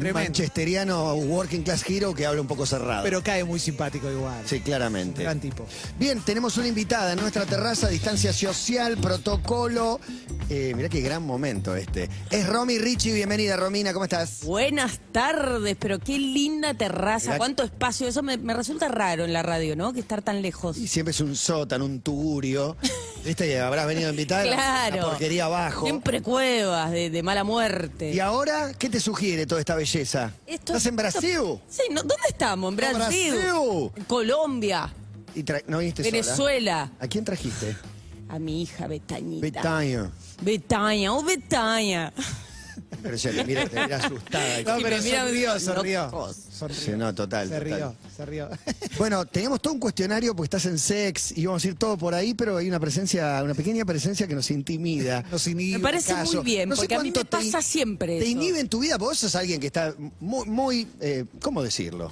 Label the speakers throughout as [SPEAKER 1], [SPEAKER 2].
[SPEAKER 1] Un
[SPEAKER 2] Tremendo.
[SPEAKER 1] manchesteriano working class hero que habla un poco cerrado.
[SPEAKER 2] Pero cae muy simpático igual.
[SPEAKER 1] Ah. sí, claramente.
[SPEAKER 2] Gran tipo.
[SPEAKER 1] Bien, tenemos una invitada en nuestra terraza, distancia social, protocolo. Eh, mirá qué gran momento este. Es Romy Richie, bienvenida Romina, ¿cómo estás?
[SPEAKER 3] Buenas tardes, pero qué linda terraza,
[SPEAKER 1] Mirá-
[SPEAKER 3] cuánto espacio. Eso me, me resulta raro en la radio, ¿no? Que estar tan lejos.
[SPEAKER 1] Y siempre es un sótano, un tugurio. ¿Viste que habrás venido invitada? La
[SPEAKER 3] Claro.
[SPEAKER 1] porquería abajo.
[SPEAKER 3] Siempre cuevas de, de mala muerte.
[SPEAKER 1] ¿Y ahora qué te sugiere toda esta belleza?
[SPEAKER 3] Esto-
[SPEAKER 1] ¿Estás en Brasil?
[SPEAKER 3] Sí, no, ¿dónde estamos?
[SPEAKER 1] No,
[SPEAKER 3] En Brasil.
[SPEAKER 1] Brasil.
[SPEAKER 3] En Colombia.
[SPEAKER 1] Y tra- ¿No viniste sola?
[SPEAKER 3] Venezuela.
[SPEAKER 1] ¿A quién trajiste?
[SPEAKER 3] A mi hija Betañita.
[SPEAKER 1] Betaño.
[SPEAKER 3] Betaña, oh Betaña.
[SPEAKER 1] Pero se le mira, te mira asustada.
[SPEAKER 2] No,
[SPEAKER 3] Sí,
[SPEAKER 2] pero
[SPEAKER 3] me mira-
[SPEAKER 2] sonrió, sonrió.
[SPEAKER 3] locos.
[SPEAKER 2] Sonrió.
[SPEAKER 1] Sí, no, total,
[SPEAKER 2] Se
[SPEAKER 1] total.
[SPEAKER 2] rió, se rió.
[SPEAKER 1] Bueno, teníamos todo un cuestionario porque estás en sex y vamos a ir todo por ahí, pero hay una presencia, una pequeña presencia que nos intimida.
[SPEAKER 2] Nos inhibe,
[SPEAKER 3] Me parece muy
[SPEAKER 1] Caso.
[SPEAKER 3] bien,
[SPEAKER 1] No sé
[SPEAKER 3] porque a mí
[SPEAKER 1] cuánto
[SPEAKER 3] me
[SPEAKER 1] te in-
[SPEAKER 3] pasa siempre
[SPEAKER 1] Te
[SPEAKER 3] eso.
[SPEAKER 1] inhibe en tu vida, vos sos alguien que está muy, muy eh, ¿cómo decirlo?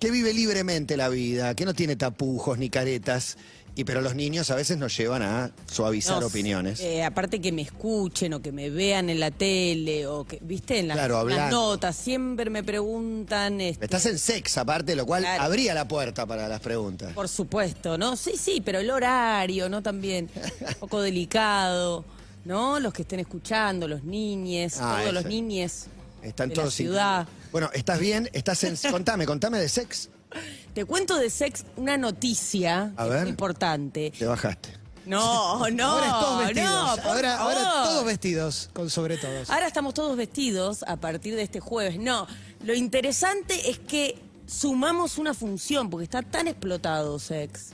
[SPEAKER 1] Que vive libremente la vida, que no tiene tapujos ni caretas, y pero los niños a veces nos llevan a suavizar
[SPEAKER 3] No,
[SPEAKER 1] opiniones.
[SPEAKER 3] eh, aparte que me escuchen o que me vean en la tele o que, viste, en las,
[SPEAKER 1] Claro,
[SPEAKER 3] las
[SPEAKER 1] hablando.
[SPEAKER 3] notas, siempre me preguntan... este,
[SPEAKER 1] Estás en sex, aparte, lo cual
[SPEAKER 3] Claro.
[SPEAKER 1] abría la puerta para las preguntas.
[SPEAKER 3] Por supuesto, ¿no? Sí, sí, pero el horario, ¿no? También, un poco delicado, ¿no? Los que estén escuchando, los niñes,
[SPEAKER 1] Ah,
[SPEAKER 3] todos los
[SPEAKER 1] ese.
[SPEAKER 3] niñes.
[SPEAKER 1] Están
[SPEAKER 3] de
[SPEAKER 1] todos
[SPEAKER 3] la ciudad.
[SPEAKER 1] inhibidos. Bueno, ¿estás bien? ¿Estás en contame, contame de sex.
[SPEAKER 3] Te cuento de sex una noticia
[SPEAKER 1] A
[SPEAKER 3] que
[SPEAKER 1] ver.
[SPEAKER 3] es importante.
[SPEAKER 1] Te bajaste.
[SPEAKER 3] No, no,
[SPEAKER 2] ahora es todos
[SPEAKER 3] no,
[SPEAKER 2] vestidos.
[SPEAKER 3] por
[SPEAKER 2] ahora, ahora
[SPEAKER 3] favor. Ah.
[SPEAKER 2] todos vestidos, con sobre todos.
[SPEAKER 3] Ahora estamos todos vestidos a partir de este jueves. No, lo interesante es que sumamos una función, porque está tan explotado sex.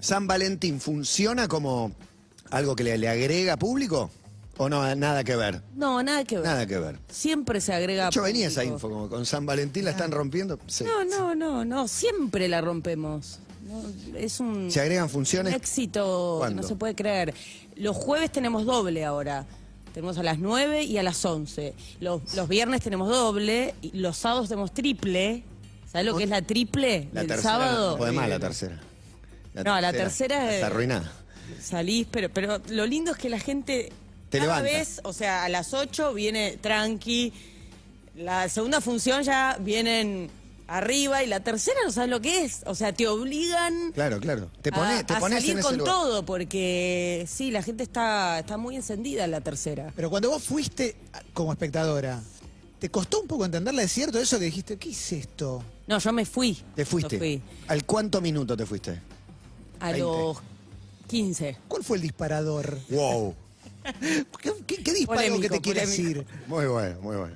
[SPEAKER 1] ¿San Valentín funciona como algo que le, le agrega público? ¿O no? Nada que ver.
[SPEAKER 3] No, nada que ver.
[SPEAKER 1] Nada que ver.
[SPEAKER 3] Siempre se agrega.
[SPEAKER 1] De hecho, venía esa
[SPEAKER 3] público. Ah.
[SPEAKER 1] info, como con San Valentín la están rompiendo. Se,
[SPEAKER 3] No, no, no, no, siempre la rompemos. No, es un,
[SPEAKER 1] se agregan
[SPEAKER 3] un
[SPEAKER 1] funciones.
[SPEAKER 3] éxito que
[SPEAKER 1] ¿Cuándo?
[SPEAKER 3] no se puede creer. Los jueves tenemos doble ahora. Tenemos a las 9 y a las 11. Los, los viernes tenemos doble, y los sábados tenemos triple. ¿Sabes lo que es la triple
[SPEAKER 1] La
[SPEAKER 3] del
[SPEAKER 1] tercera.
[SPEAKER 3] sábado?
[SPEAKER 1] Fue mal la tercera.
[SPEAKER 3] No, la tercera es-
[SPEAKER 1] Está arruinada.
[SPEAKER 3] Salís, pero, pero lo lindo es que la gente
[SPEAKER 1] Te
[SPEAKER 3] cada
[SPEAKER 1] levanta.
[SPEAKER 3] vez, o sea, a las 8 viene tranqui, la segunda función ya vienen arriba y la tercera no sabes lo que es, o sea, te obligan
[SPEAKER 1] Claro, claro. Te
[SPEAKER 3] a-
[SPEAKER 1] pones, te
[SPEAKER 3] a,
[SPEAKER 1] pones
[SPEAKER 3] salir
[SPEAKER 1] en ese
[SPEAKER 3] con
[SPEAKER 1] lugar.
[SPEAKER 3] todo porque sí, la gente está está muy encendida en la tercera.
[SPEAKER 2] Pero cuando vos fuiste a- como espectadora, ¿te costó un poco entenderla? ¿Es cierto eso que dijiste, ¿qué es esto?
[SPEAKER 3] No, yo me fui.
[SPEAKER 1] Te fuiste.
[SPEAKER 3] Yo fui
[SPEAKER 1] ¿Al cuánto minuto te fuiste?
[SPEAKER 3] a
[SPEAKER 1] 20.
[SPEAKER 3] los 15.
[SPEAKER 2] ¿Cuál fue el disparador?
[SPEAKER 1] Wow.
[SPEAKER 2] ¿Qué, qué- qué disparo
[SPEAKER 3] Polémico,
[SPEAKER 2] que te quiere
[SPEAKER 3] polémico.
[SPEAKER 2] decir?
[SPEAKER 1] Muy bueno, muy bueno.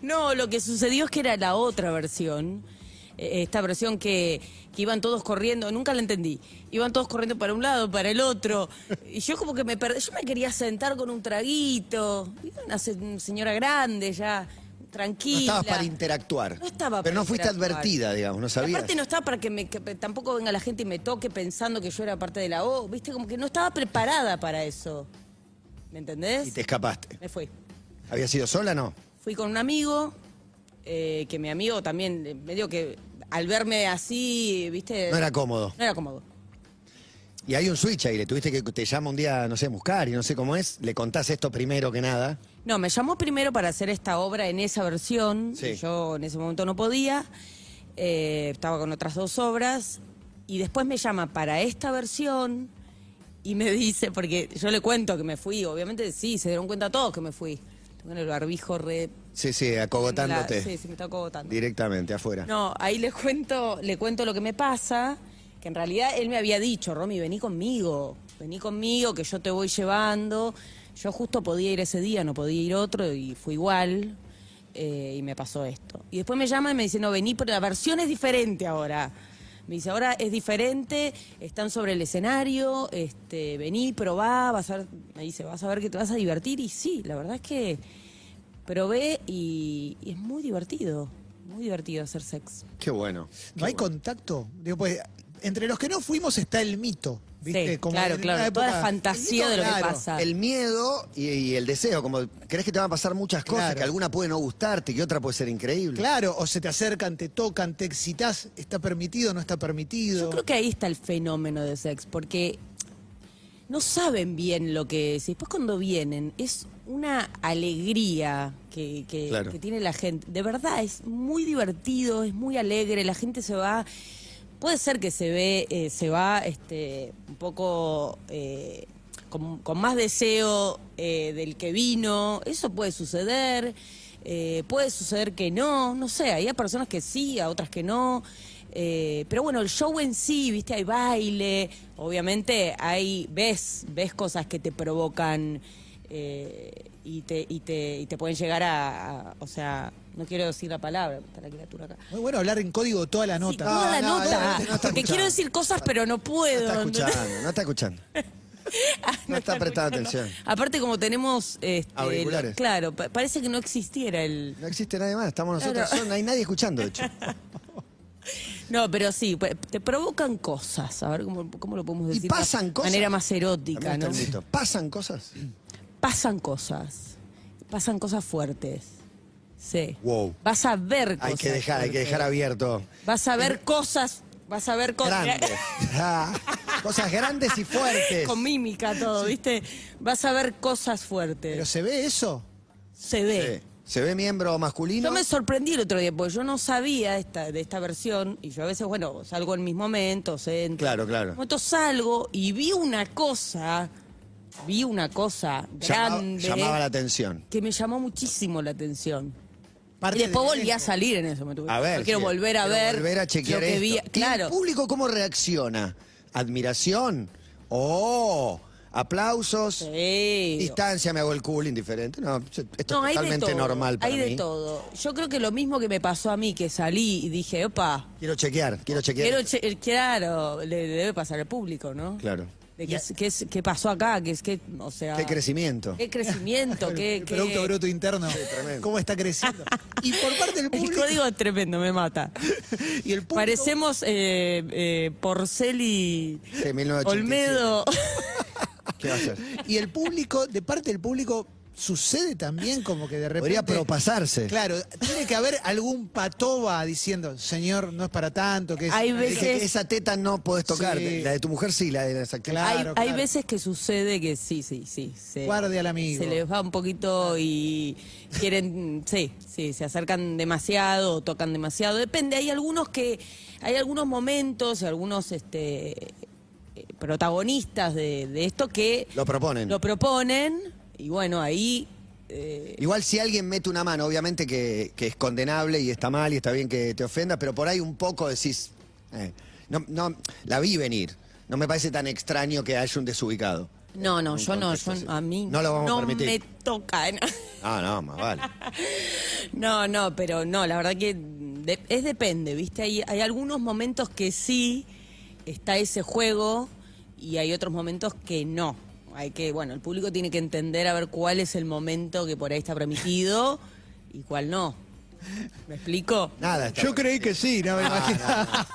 [SPEAKER 3] No, lo que sucedió es que era la otra versión. Eh, Esta versión que, que iban todos corriendo, nunca la entendí. Iban todos corriendo para un lado, para el otro. Y yo como que me perdí. Yo me quería sentar con un traguito. Iba Una se- señora grande ya,
[SPEAKER 1] No
[SPEAKER 3] tranquila.
[SPEAKER 1] estabas para interactuar.
[SPEAKER 3] No estaba
[SPEAKER 1] Pero no
[SPEAKER 3] para
[SPEAKER 1] fuiste
[SPEAKER 3] interactuar.
[SPEAKER 1] advertida, digamos, no
[SPEAKER 3] Y
[SPEAKER 1] sabías.
[SPEAKER 3] Aparte no estaba para que, me- que tampoco venga la gente y me toque pensando que yo era parte de la O. Viste, como que no estaba preparada para eso. ¿Me entendés?
[SPEAKER 1] Y te escapaste.
[SPEAKER 3] Me fui.
[SPEAKER 1] ¿Habías ido sola no?
[SPEAKER 3] Fui con un amigo, eh, que mi amigo también, eh, medio que al verme así, viste...
[SPEAKER 1] No era cómodo.
[SPEAKER 3] No era cómodo.
[SPEAKER 1] Y hay un switch ahí, le tuviste que te llama un día, no sé, buscar y no sé cómo es, le contás esto primero que nada.
[SPEAKER 3] No, me llamó primero para hacer esta obra en esa versión.
[SPEAKER 1] Sí.
[SPEAKER 3] Yo en ese momento no podía. eh, estaba con otras dos obras. Y después me llama para esta versión y me dice, porque yo le cuento que me fui. Obviamente sí, se dieron cuenta todos que me fui. Con el barbijo re...
[SPEAKER 1] Sí, sí,
[SPEAKER 3] La-
[SPEAKER 1] acogotándote.
[SPEAKER 3] Sí, sí, me está cogotando.
[SPEAKER 1] Directamente, afuera.
[SPEAKER 3] No, ahí les cuento, le cuento lo que me pasa, que en realidad él me había dicho, Romy, vení conmigo, vení conmigo, que yo te voy llevando. Yo justo podía ir ese día, no podía ir otro, y fue igual, eh, y me pasó esto. Y después me llama y me dice, no, vení, pero la versión es diferente ahora. Me dice, ahora es diferente, están sobre el escenario, este, vení, probá, vas a ver- me dice, vas a ver que te vas a divertir, y sí, la verdad es que probé y, y es muy divertido. Muy divertido hacer sex.
[SPEAKER 1] Qué bueno.
[SPEAKER 2] ¿No hay contacto? Digo, pues, entre los que no fuimos está el mito. ¿viste?
[SPEAKER 3] Sí, claro,
[SPEAKER 2] en
[SPEAKER 3] claro,
[SPEAKER 2] una
[SPEAKER 3] toda la
[SPEAKER 2] época-
[SPEAKER 3] fantasía
[SPEAKER 2] el
[SPEAKER 3] de lo que pasa.
[SPEAKER 1] El miedo y, y el deseo, como crees que te van a pasar muchas cosas,
[SPEAKER 2] Claro.
[SPEAKER 1] que alguna puede no gustarte, que otra puede ser increíble.
[SPEAKER 2] Claro, o se te acercan, te tocan, te excitas, está permitido, no está permitido.
[SPEAKER 3] Yo creo que ahí está el fenómeno de sex, porque no saben bien lo que es. Y después cuando vienen, es una alegría que, que-
[SPEAKER 1] Claro.
[SPEAKER 3] que tiene la gente. De verdad, es muy divertido, es muy alegre, la gente se va. Puede ser que se ve, eh, se va este, un poco eh, con, con más deseo eh, del que vino. Eso puede suceder. eh, puede suceder que no, no sé, hay personas que sí, a otras que no. Eh, pero bueno, el show en sí, viste, hay baile, obviamente hay, ves, ves cosas que te provocan eh, y, te, y, te, y te pueden llegar a, a- o sea, no quiero decir la palabra, está la criatura acá.
[SPEAKER 2] Muy bueno hablar en código toda la
[SPEAKER 3] Sí,
[SPEAKER 2] nota.
[SPEAKER 3] toda la
[SPEAKER 1] No, no, no, no
[SPEAKER 3] nota,
[SPEAKER 1] está
[SPEAKER 3] porque
[SPEAKER 1] escuchando.
[SPEAKER 3] quiero decir cosas pero no
[SPEAKER 1] No está
[SPEAKER 3] puedo.
[SPEAKER 1] escuchando, no está escuchando. No está prestando
[SPEAKER 3] Ah, escuchando.
[SPEAKER 1] atención.
[SPEAKER 3] Aparte como tenemos, este,
[SPEAKER 1] Auriculares.
[SPEAKER 3] lo- claro, pa- parece que no existiera el,
[SPEAKER 1] No existe nadie más, estamos nosotros,
[SPEAKER 3] Claro.
[SPEAKER 1] solos, no hay nadie escuchando, de hecho.
[SPEAKER 3] No, pero sí, pe- te provocan cosas. A ver cómo, cómo lo podemos
[SPEAKER 1] Y
[SPEAKER 3] decir.
[SPEAKER 1] pasan
[SPEAKER 3] de
[SPEAKER 1] cosas.
[SPEAKER 3] manera más
[SPEAKER 1] A
[SPEAKER 3] erótica,
[SPEAKER 1] mí me
[SPEAKER 3] ¿no?
[SPEAKER 1] está listo. Pasan cosas.
[SPEAKER 3] Pasan cosas. Pasan cosas fuertes. Sí.
[SPEAKER 1] Wow.
[SPEAKER 3] Vas a ver cosas.
[SPEAKER 1] Hay que dejar, hay que
[SPEAKER 3] fuertes.
[SPEAKER 1] dejar abierto.
[SPEAKER 3] Vas a ver cosas. Vas a ver cosas.
[SPEAKER 1] Grandes. Ah, cosas grandes y fuertes.
[SPEAKER 3] Con mímica todo, ¿viste? Vas a ver cosas fuertes.
[SPEAKER 2] Pero se ve eso.
[SPEAKER 3] se ve.
[SPEAKER 1] Sí. ¿Se ve miembro masculino?
[SPEAKER 3] Yo me sorprendí el otro día, porque yo no sabía esta, de esta versión, y yo a veces, bueno, salgo en mis momentos, entro.
[SPEAKER 1] Claro, claro.
[SPEAKER 3] Momentos salgo y vi una cosa, vi una cosa
[SPEAKER 1] Llamaba-
[SPEAKER 3] grande
[SPEAKER 1] llamaba la atención.
[SPEAKER 3] que me llamó muchísimo la atención.
[SPEAKER 2] Parte
[SPEAKER 3] y después
[SPEAKER 2] del
[SPEAKER 3] volví a
[SPEAKER 2] elenco.
[SPEAKER 3] salir en ese momento.
[SPEAKER 1] A
[SPEAKER 3] Yo
[SPEAKER 1] ver.
[SPEAKER 3] quiero
[SPEAKER 1] sí.
[SPEAKER 3] volver a
[SPEAKER 1] Quiero
[SPEAKER 3] ver.
[SPEAKER 1] Volver a chequear
[SPEAKER 3] lo que vi-
[SPEAKER 1] esto. ¿Y
[SPEAKER 3] Claro.
[SPEAKER 1] ¿El público cómo reacciona? ¿Admiración? ¿Oh? ¿Aplausos?
[SPEAKER 3] Sí.
[SPEAKER 1] Distancia, me hago el cool, indiferente. No, esto es
[SPEAKER 3] No, hay de
[SPEAKER 1] totalmente
[SPEAKER 3] todo,
[SPEAKER 1] normal para
[SPEAKER 3] Hay
[SPEAKER 1] mí.
[SPEAKER 3] de todo. Yo creo que lo mismo que me pasó a mí, que salí y dije, opa,
[SPEAKER 1] Quiero chequear, quiero chequear.
[SPEAKER 3] quiero, che- eh, claro, le debe pasar al público, ¿no?
[SPEAKER 1] Claro.
[SPEAKER 3] De qué, qué es- qué pasó acá, qué es que, o sea,
[SPEAKER 1] Qué crecimiento.
[SPEAKER 3] qué crecimiento, qué,
[SPEAKER 2] El
[SPEAKER 3] qué-
[SPEAKER 2] Producto Bruto Interno.
[SPEAKER 1] tremendo.
[SPEAKER 2] ¿Cómo está creciendo? Y por parte del
[SPEAKER 3] El
[SPEAKER 2] público.
[SPEAKER 3] código es tremendo, me mata.
[SPEAKER 2] y el público.
[SPEAKER 3] Parecemos eh, eh, Porceli
[SPEAKER 1] Sí, 1987.
[SPEAKER 3] Olmedo.
[SPEAKER 1] ¿Qué va a hacer?
[SPEAKER 2] Y el público, de parte del público, sucede también como que de repente.
[SPEAKER 1] Podría propasarse.
[SPEAKER 2] Claro, tiene que haber algún patoba diciendo, señor, no es para tanto, que es.
[SPEAKER 3] Hay
[SPEAKER 1] Es que
[SPEAKER 3] veces,
[SPEAKER 1] esa teta no podés tocar.
[SPEAKER 2] Sí.
[SPEAKER 1] La de tu mujer sí, la de esa
[SPEAKER 3] hay,
[SPEAKER 2] Claro,
[SPEAKER 3] hay
[SPEAKER 2] claro.
[SPEAKER 3] veces que sucede que sí, sí, sí. Se,
[SPEAKER 2] Guarde al amigo.
[SPEAKER 3] Se les va un poquito y quieren, sí, sí, se acercan demasiado, o tocan demasiado. Depende, hay algunos que, hay algunos momentos, algunos este eh, protagonistas de, de esto que
[SPEAKER 1] Lo proponen.
[SPEAKER 3] lo proponen y bueno, ahí eh,
[SPEAKER 1] Igual si alguien mete una mano, obviamente que, que es condenable y está mal y está bien que te ofenda, pero por ahí un poco decís, eh, no, no, la vi venir. No me parece tan extraño que haya un desubicado.
[SPEAKER 3] no, no,
[SPEAKER 1] Un
[SPEAKER 3] yo no, yo
[SPEAKER 1] contexto así.
[SPEAKER 3] a mí
[SPEAKER 1] No lo vamos a permitir.
[SPEAKER 3] me toca. no.
[SPEAKER 1] Ah, no, más vale.
[SPEAKER 3] No, no, pero no, la verdad que de- es depende, ¿viste? Hay, hay algunos momentos que sí está ese juego y hay otros momentos que no. Hay que, bueno, el público tiene que entender a ver cuál es el momento que por ahí está permitido y cuál no. ¿Me explico?
[SPEAKER 1] Nada, está
[SPEAKER 2] Yo
[SPEAKER 1] bueno.
[SPEAKER 2] creí que sí, no me imaginaba.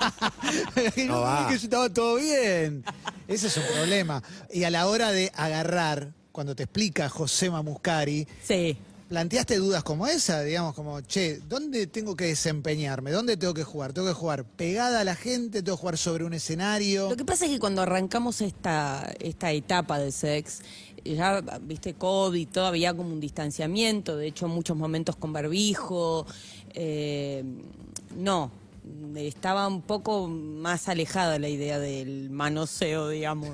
[SPEAKER 1] No
[SPEAKER 2] Me imaginaba
[SPEAKER 1] va.
[SPEAKER 2] que estaba todo bien. Ese es un problema. Y a la hora de agarrar, cuando te explica José Mamuscari,
[SPEAKER 3] Sí.
[SPEAKER 2] planteaste dudas como esa, digamos, como, che, ¿dónde tengo que desempeñarme? ¿Dónde tengo que jugar? ¿Tengo que jugar pegada a la gente? ¿Tengo que jugar sobre un escenario?
[SPEAKER 3] Lo que pasa es que cuando arrancamos esta, esta etapa de sex, ya viste COVID, todavía como un distanciamiento, de hecho muchos momentos con barbijo, eh, no, estaba un poco más alejada la idea del manoseo, digamos.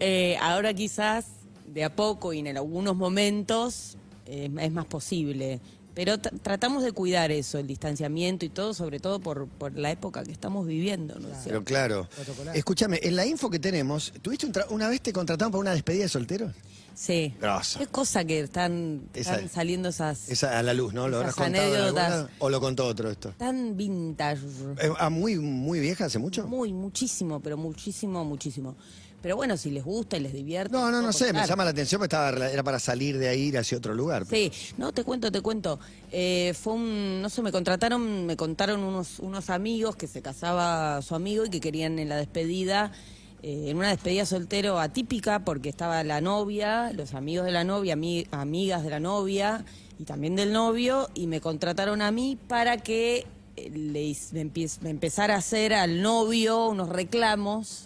[SPEAKER 3] Eh, ahora quizás de a poco y en algunos momentos eh, es más posible. Pero tra- tratamos de cuidar eso, el distanciamiento y todo, sobre todo por, por la época que estamos viviendo, ¿no es cierto?
[SPEAKER 1] Pero claro.
[SPEAKER 2] Protocolar.
[SPEAKER 1] Escúchame, en la info que tenemos, ¿tuviste un tra- una vez te contrataron para una despedida de solteros?
[SPEAKER 3] Sí.
[SPEAKER 1] Grosso.
[SPEAKER 3] Qué cosa que están,
[SPEAKER 1] Esa
[SPEAKER 3] están
[SPEAKER 1] es.
[SPEAKER 3] saliendo esas
[SPEAKER 1] Esa a la luz, ¿no? ¿Lo habrás
[SPEAKER 3] Esas
[SPEAKER 1] contado en algún
[SPEAKER 3] anécdotas.
[SPEAKER 1] lado? o lo contó otro esto?
[SPEAKER 3] tan vintage.
[SPEAKER 1] Eh, ah, muy, muy vieja hace mucho?
[SPEAKER 3] Muy, muchísimo, pero muchísimo, muchísimo. Pero bueno, si les gusta y les divierte.
[SPEAKER 1] No, no, no
[SPEAKER 3] puedo
[SPEAKER 1] sé, me
[SPEAKER 3] contar.
[SPEAKER 1] llama la atención, pero estaba, rela- era para salir de ahí ir hacia otro lugar.
[SPEAKER 3] Sí, no, te cuento, te cuento. Eh, fue un, no sé, me contrataron, me contaron unos, unos amigos que se casaba su amigo y que querían en la despedida, eh, en una despedida soltero atípica porque estaba la novia, los amigos de la novia, ami- amigas de la novia y también del novio y me contrataron a mí para que eh, le, hic- me empie- me empezara a hacer al novio unos reclamos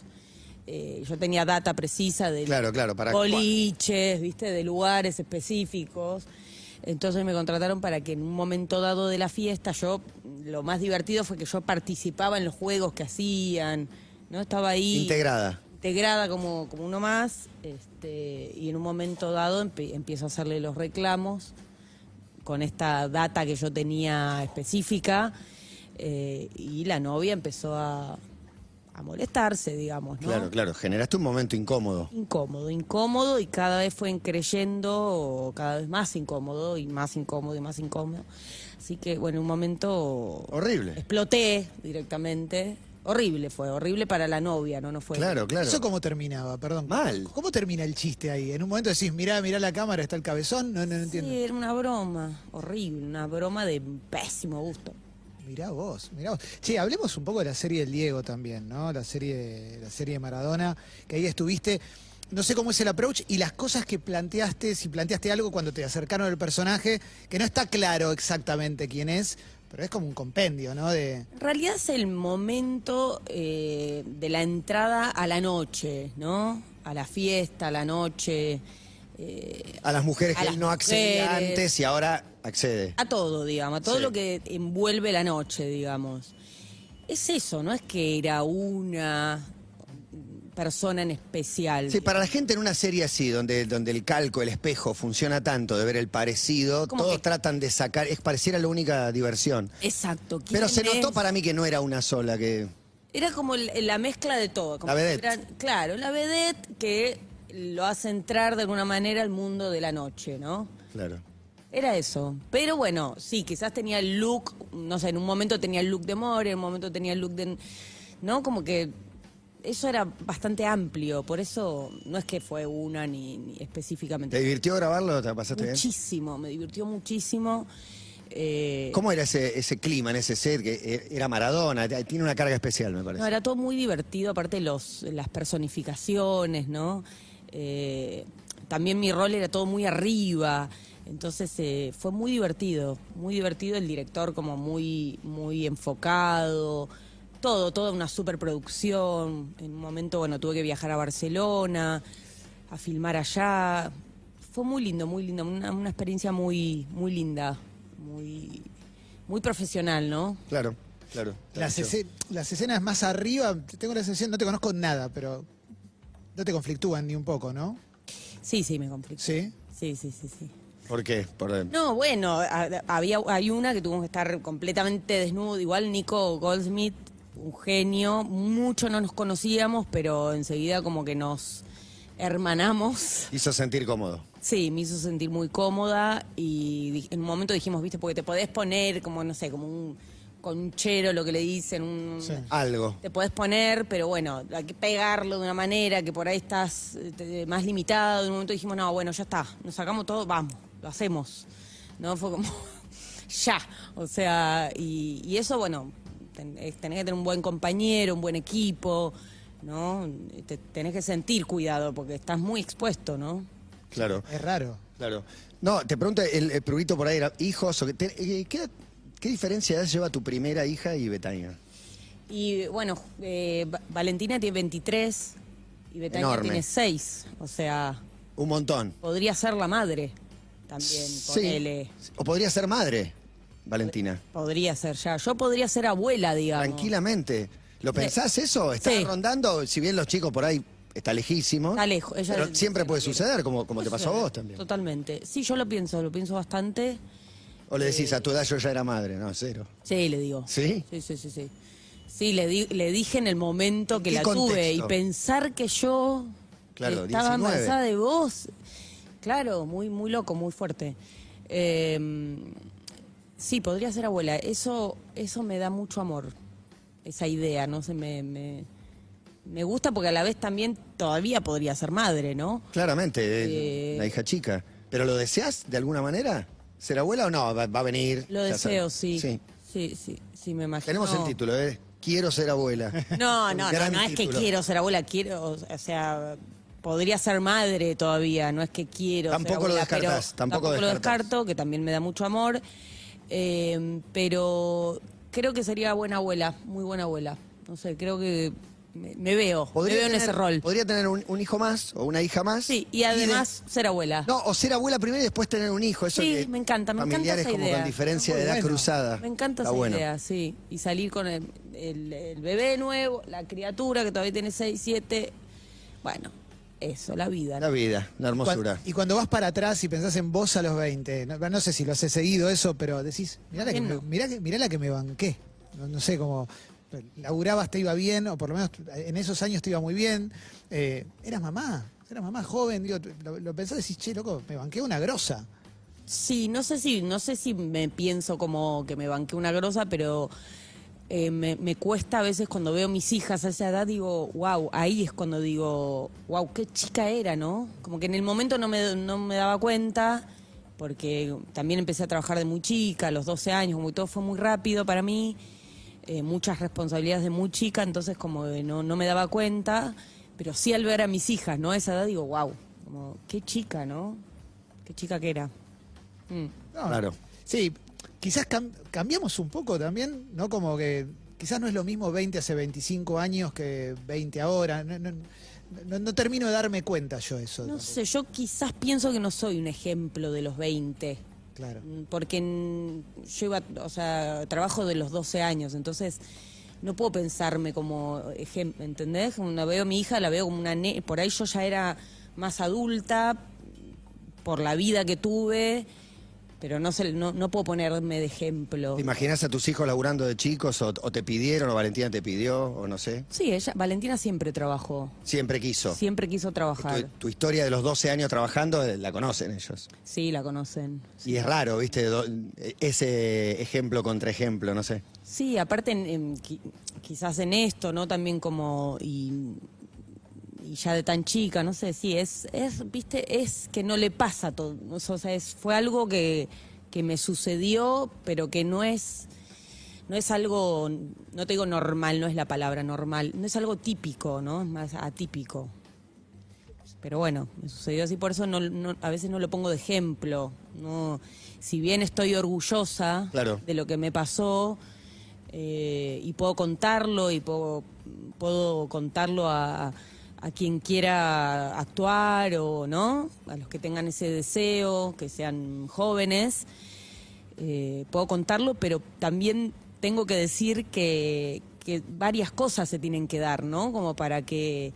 [SPEAKER 3] eh, yo tenía data precisa de
[SPEAKER 1] Claro, claro, para-
[SPEAKER 3] boliches, viste, de lugares específicos. Entonces me contrataron para que en un momento dado de la fiesta, yo lo más divertido fue que yo participaba en los juegos que hacían, no estaba ahí
[SPEAKER 1] Integrada.
[SPEAKER 3] integrada como, como uno más, este, y en un momento dado empe- empiezo a hacerle los reclamos con esta data que yo tenía específica, eh, y la novia empezó a, a molestarse, digamos, ¿no?
[SPEAKER 1] Claro, claro. Generaste un momento incómodo.
[SPEAKER 3] Incómodo, incómodo, y cada vez fue creyendo, o cada vez más incómodo, y más incómodo, y más incómodo. Así que, bueno, en un momento
[SPEAKER 1] Horrible.
[SPEAKER 3] exploté directamente. Horrible fue, horrible para la novia, ¿no? No fue
[SPEAKER 1] Claro, claro.
[SPEAKER 2] ¿Eso cómo terminaba? Perdón.
[SPEAKER 1] Mal.
[SPEAKER 2] ¿Cómo termina el chiste ahí? En un momento decís, mirá, mirá la cámara, está el cabezón. No, no, no entiendo.
[SPEAKER 3] Sí, era una broma horrible, una broma de pésimo gusto.
[SPEAKER 2] Mirá vos, mirá vos. Che, hablemos un poco de la serie del Diego también, ¿no? La serie, la serie de Maradona, que ahí estuviste. No sé cómo es el approach y las cosas que planteaste, si planteaste algo cuando te acercaron al personaje, que no está claro exactamente quién es, pero es como un compendio, ¿no? De,
[SPEAKER 3] En realidad es el momento eh, de la entrada a la noche, ¿no? A la fiesta, a la noche, eh,
[SPEAKER 1] A las mujeres
[SPEAKER 3] A
[SPEAKER 1] que
[SPEAKER 3] las
[SPEAKER 1] él no accedía
[SPEAKER 3] mujeres.
[SPEAKER 1] antes y ahora accede.
[SPEAKER 3] a todo, digamos, a todo
[SPEAKER 1] Sí.
[SPEAKER 3] lo que envuelve la noche, digamos. Es eso, no es que era una persona en especial.
[SPEAKER 1] Sí, para la gente en una serie así, donde, donde el calco, el espejo funciona tanto, de ver el parecido,
[SPEAKER 3] Como
[SPEAKER 1] todos
[SPEAKER 3] que-
[SPEAKER 1] tratan de sacar, es pareciera la única diversión.
[SPEAKER 3] Exacto. ¿quién
[SPEAKER 1] Pero se notó
[SPEAKER 3] es?
[SPEAKER 1] para mí que no era una sola, que
[SPEAKER 3] Era como el- la mezcla de todo. Como
[SPEAKER 1] La
[SPEAKER 3] si
[SPEAKER 1] vedette.
[SPEAKER 3] fueran- claro, la vedette que lo hace entrar de alguna manera al mundo de la noche, ¿no?
[SPEAKER 1] claro,
[SPEAKER 3] Era eso. Pero bueno, sí, quizás tenía el look, no sé, en un momento tenía el look de More, en un momento tenía el look de... ¿No? Como que eso era bastante amplio, por eso no es que fue una ni, ni
[SPEAKER 1] ¿Te
[SPEAKER 3] específicamente.
[SPEAKER 1] divirtió grabarlo? ¿Te la pasaste bien?
[SPEAKER 3] Muchísimo, me divirtió muchísimo. Eh,
[SPEAKER 1] ¿Cómo era ese, ese clima en ese set? Que eh, era Maradona, t- tiene una carga especial, me parece.
[SPEAKER 3] No, era todo muy divertido, aparte los, las personificaciones, ¿no? Eh, también mi rol era todo muy arriba. Entonces eh, fue muy divertido, muy divertido el director como muy, muy enfocado, todo, toda una superproducción. En un momento, bueno, tuve que viajar a Barcelona, a filmar allá. Fue muy lindo, muy lindo, una, una experiencia muy, muy linda, muy, muy profesional, ¿no?
[SPEAKER 1] Claro, claro.
[SPEAKER 2] las,
[SPEAKER 1] Claro.
[SPEAKER 2] esce- las escenas más arriba, tengo la sensación, no te conozco nada, pero no te conflictúan ni un poco, ¿no?
[SPEAKER 3] Sí, sí, me conflictó.
[SPEAKER 2] Sí.
[SPEAKER 3] Sí, sí, sí, sí.
[SPEAKER 1] ¿Por qué? Por, eh,
[SPEAKER 3] No, bueno, a- había, hay una que tuvo que estar completamente desnudo. Igual Nico Goldsmith, un genio. Mucho no nos conocíamos, pero enseguida como que nos hermanamos.
[SPEAKER 1] Hizo sentir cómodo.
[SPEAKER 3] Sí, me hizo sentir muy cómoda y di- en un momento dijimos, viste, porque te podés poner como, no sé, como un conchero, lo que le dicen, un,
[SPEAKER 2] Sí.
[SPEAKER 1] Algo.
[SPEAKER 3] te podés poner, pero bueno, hay que pegarlo de una manera que por ahí estás eh, te- más limitado. En un momento dijimos, no, bueno, ya está, nos sacamos todo, vamos, lo hacemos. No fue como, ya. O sea, y, y eso, bueno, ten- eh, tenés que tener un buen compañero, un buen equipo, ¿no? Te- tenés que sentir cuidado porque estás muy expuesto, ¿no?
[SPEAKER 1] Claro,
[SPEAKER 2] Es raro.
[SPEAKER 1] claro. No, te pregunto, el, el prurito por ahí era hijos. o que te- eh, ¿qué, ¿Qué diferencia de edad lleva tu primera hija y Betania?
[SPEAKER 3] Y bueno, eh, Va- Valentina tiene 23 y Betania
[SPEAKER 1] Enorme.
[SPEAKER 3] tiene 6. O sea,
[SPEAKER 1] Un montón.
[SPEAKER 3] podría ser la madre también, ponele.
[SPEAKER 1] O podría ser madre, Valentina.
[SPEAKER 3] Podría ser ya. Yo podría ser abuela, digamos.
[SPEAKER 1] Tranquilamente. ¿Lo pensás eso? ¿Estás
[SPEAKER 3] Sí.
[SPEAKER 1] rondando? Si bien los chicos por ahí está lejísimo.
[SPEAKER 3] Está lejos, ella-
[SPEAKER 1] pero siempre puede
[SPEAKER 3] quiere.
[SPEAKER 1] suceder, como, como te pasó a vos también.
[SPEAKER 3] Totalmente. Sí, yo lo pienso, lo pienso bastante.
[SPEAKER 1] O le decís, a tu edad yo ya era madre. No, cero.
[SPEAKER 3] Sí, le digo.
[SPEAKER 1] ¿Sí?
[SPEAKER 3] Sí, sí, sí, sí. Sí, le, di- le dije en el momento que
[SPEAKER 1] qué
[SPEAKER 3] la tuve y
[SPEAKER 1] contexto?
[SPEAKER 3] pensar que yo
[SPEAKER 1] Claro,
[SPEAKER 3] estaba
[SPEAKER 1] 19.
[SPEAKER 3] embarazada de vos. Claro, muy, muy loco, muy fuerte. Eh, sí, podría ser abuela. Eso, eso me da mucho amor, esa idea, no sé, me, me, me gusta porque a la vez también todavía podría ser madre, ¿no?
[SPEAKER 1] Claramente, eh,
[SPEAKER 3] Eh.
[SPEAKER 1] una hija chica. ¿Pero lo deseas de alguna manera? ¿Ser abuela o no? Va, va a venir.
[SPEAKER 3] Lo
[SPEAKER 1] ya
[SPEAKER 3] deseo,
[SPEAKER 1] sabes.
[SPEAKER 3] sí. sí. Sí, sí, me imagino.
[SPEAKER 1] Tenemos el título, ¿eh? Quiero ser abuela.
[SPEAKER 3] No,
[SPEAKER 1] Un
[SPEAKER 3] no, no,
[SPEAKER 1] gran
[SPEAKER 3] no es que
[SPEAKER 1] título.
[SPEAKER 3] quiero ser abuela, quiero, o sea, podría ser madre todavía, no es que quiero. ser
[SPEAKER 1] Tampoco lo
[SPEAKER 3] abuela, pero
[SPEAKER 1] descartás, tampoco
[SPEAKER 3] lo
[SPEAKER 1] descartás.
[SPEAKER 3] descarto, que también me da mucho amor, eh, pero creo que sería buena abuela, muy buena abuela. No sé, creo que me, me veo, me
[SPEAKER 1] Podría
[SPEAKER 3] veo en
[SPEAKER 1] tener-
[SPEAKER 3] ese rol.
[SPEAKER 1] Podría tener un, un hijo más o una hija más.
[SPEAKER 3] Sí, y además ser abuela.
[SPEAKER 1] de- no, o ser abuela primero y después tener un hijo. Eso
[SPEAKER 3] Sí,
[SPEAKER 1] que
[SPEAKER 3] me encanta, me encanta
[SPEAKER 1] Familiares
[SPEAKER 3] esa
[SPEAKER 1] como
[SPEAKER 3] idea.
[SPEAKER 1] con diferencia
[SPEAKER 2] Está
[SPEAKER 1] de edad
[SPEAKER 2] bueno.
[SPEAKER 1] cruzada.
[SPEAKER 3] Me encanta
[SPEAKER 1] Está
[SPEAKER 3] esa
[SPEAKER 1] bueno.
[SPEAKER 3] idea, sí. Y salir con el, el- el bebé nuevo, la criatura que todavía tiene 6, 7. Bueno, eso, la vida.
[SPEAKER 1] La vida, la
[SPEAKER 2] Cuan-
[SPEAKER 1] hermosura.
[SPEAKER 2] y cuando vas para atrás y pensás en vos a los 20, no, no sé si lo haces seguido eso, pero decís, mirá la que,
[SPEAKER 3] También
[SPEAKER 2] me,
[SPEAKER 3] no.
[SPEAKER 2] mirá que- mirá la que me banqué. No, no sé cómo. Laburabas, te iba bien, o por lo menos en esos años te iba muy bien. Eh, eras mamá, eras mamá joven. Digo, lo, lo pensás y decís, che, loco, me banqué una grosa.
[SPEAKER 3] Sí, no sé si, no sé si me pienso como que me banqué una grosa, pero eh, me, me cuesta a veces cuando veo mis hijas a esa edad, digo, wow, ahí es cuando digo, wow, qué chica era, ¿no? Como que en el momento no me, no me daba cuenta, porque también empecé a trabajar de muy chica, a los 12 años, como que todo fue muy rápido para mí, eh, muchas responsabilidades de muy chica, entonces como que no, no me daba cuenta, pero sí al ver a mis hijas, ¿no? A esa edad digo, wow, como qué chica, ¿no? Qué chica que era. Mm.
[SPEAKER 2] No,
[SPEAKER 1] Claro.
[SPEAKER 2] Sí, quizás cam- cambiamos un poco también, ¿no? Como que quizás no es lo mismo 20 hace 25 años que 20 ahora. No, no- no- no termino de darme cuenta yo eso.
[SPEAKER 3] No
[SPEAKER 2] tampoco.
[SPEAKER 3] sé, yo quizás pienso que no soy un ejemplo de los 20,
[SPEAKER 2] Claro.
[SPEAKER 3] mm, porque en- yo iba, o sea, trabajo de los 12 años, entonces no puedo pensarme como ejemplo, ¿entendés? Como Una veo a mi hija, la veo como una ne por ahí yo ya era más adulta por la vida que tuve, pero no sé, no, no puedo ponerme de ejemplo.
[SPEAKER 1] ¿Te imaginas a tus hijos laburando de chicos o, o te pidieron o Valentina te pidió o no sé?
[SPEAKER 3] Sí, ella, Valentina siempre trabajó,
[SPEAKER 1] Siempre quiso.
[SPEAKER 3] siempre quiso
[SPEAKER 1] Tu,
[SPEAKER 3] trabajar.
[SPEAKER 1] tu historia de los 12 años trabajando eh, la conocen ellos.
[SPEAKER 3] Sí, la conocen.
[SPEAKER 1] Y es raro, ¿viste? Do- e, ese ejemplo contra ejemplo, no sé.
[SPEAKER 3] Sí, aparte en- en qui- quizás en esto, ¿no? También como y, y ya de tan chica, no sé, sí, es, es viste, es que no le pasa todo, o sea, o sea, es, fue algo que, que me sucedió, pero que no es, no es algo, no te digo normal, no es la palabra normal, no es algo típico, ¿no? Es más atípico. Pero bueno, me sucedió así, por eso no, no- a veces no lo pongo de ejemplo. No, si bien estoy orgullosa
[SPEAKER 1] Claro.
[SPEAKER 3] de lo que me pasó eh, y puedo contarlo y puedo, puedo contarlo a, a quien quiera actuar o no, a los que tengan ese deseo, que sean jóvenes, eh, puedo contarlo, pero también tengo que decir que, que varias cosas se tienen que dar, ¿no? Como para que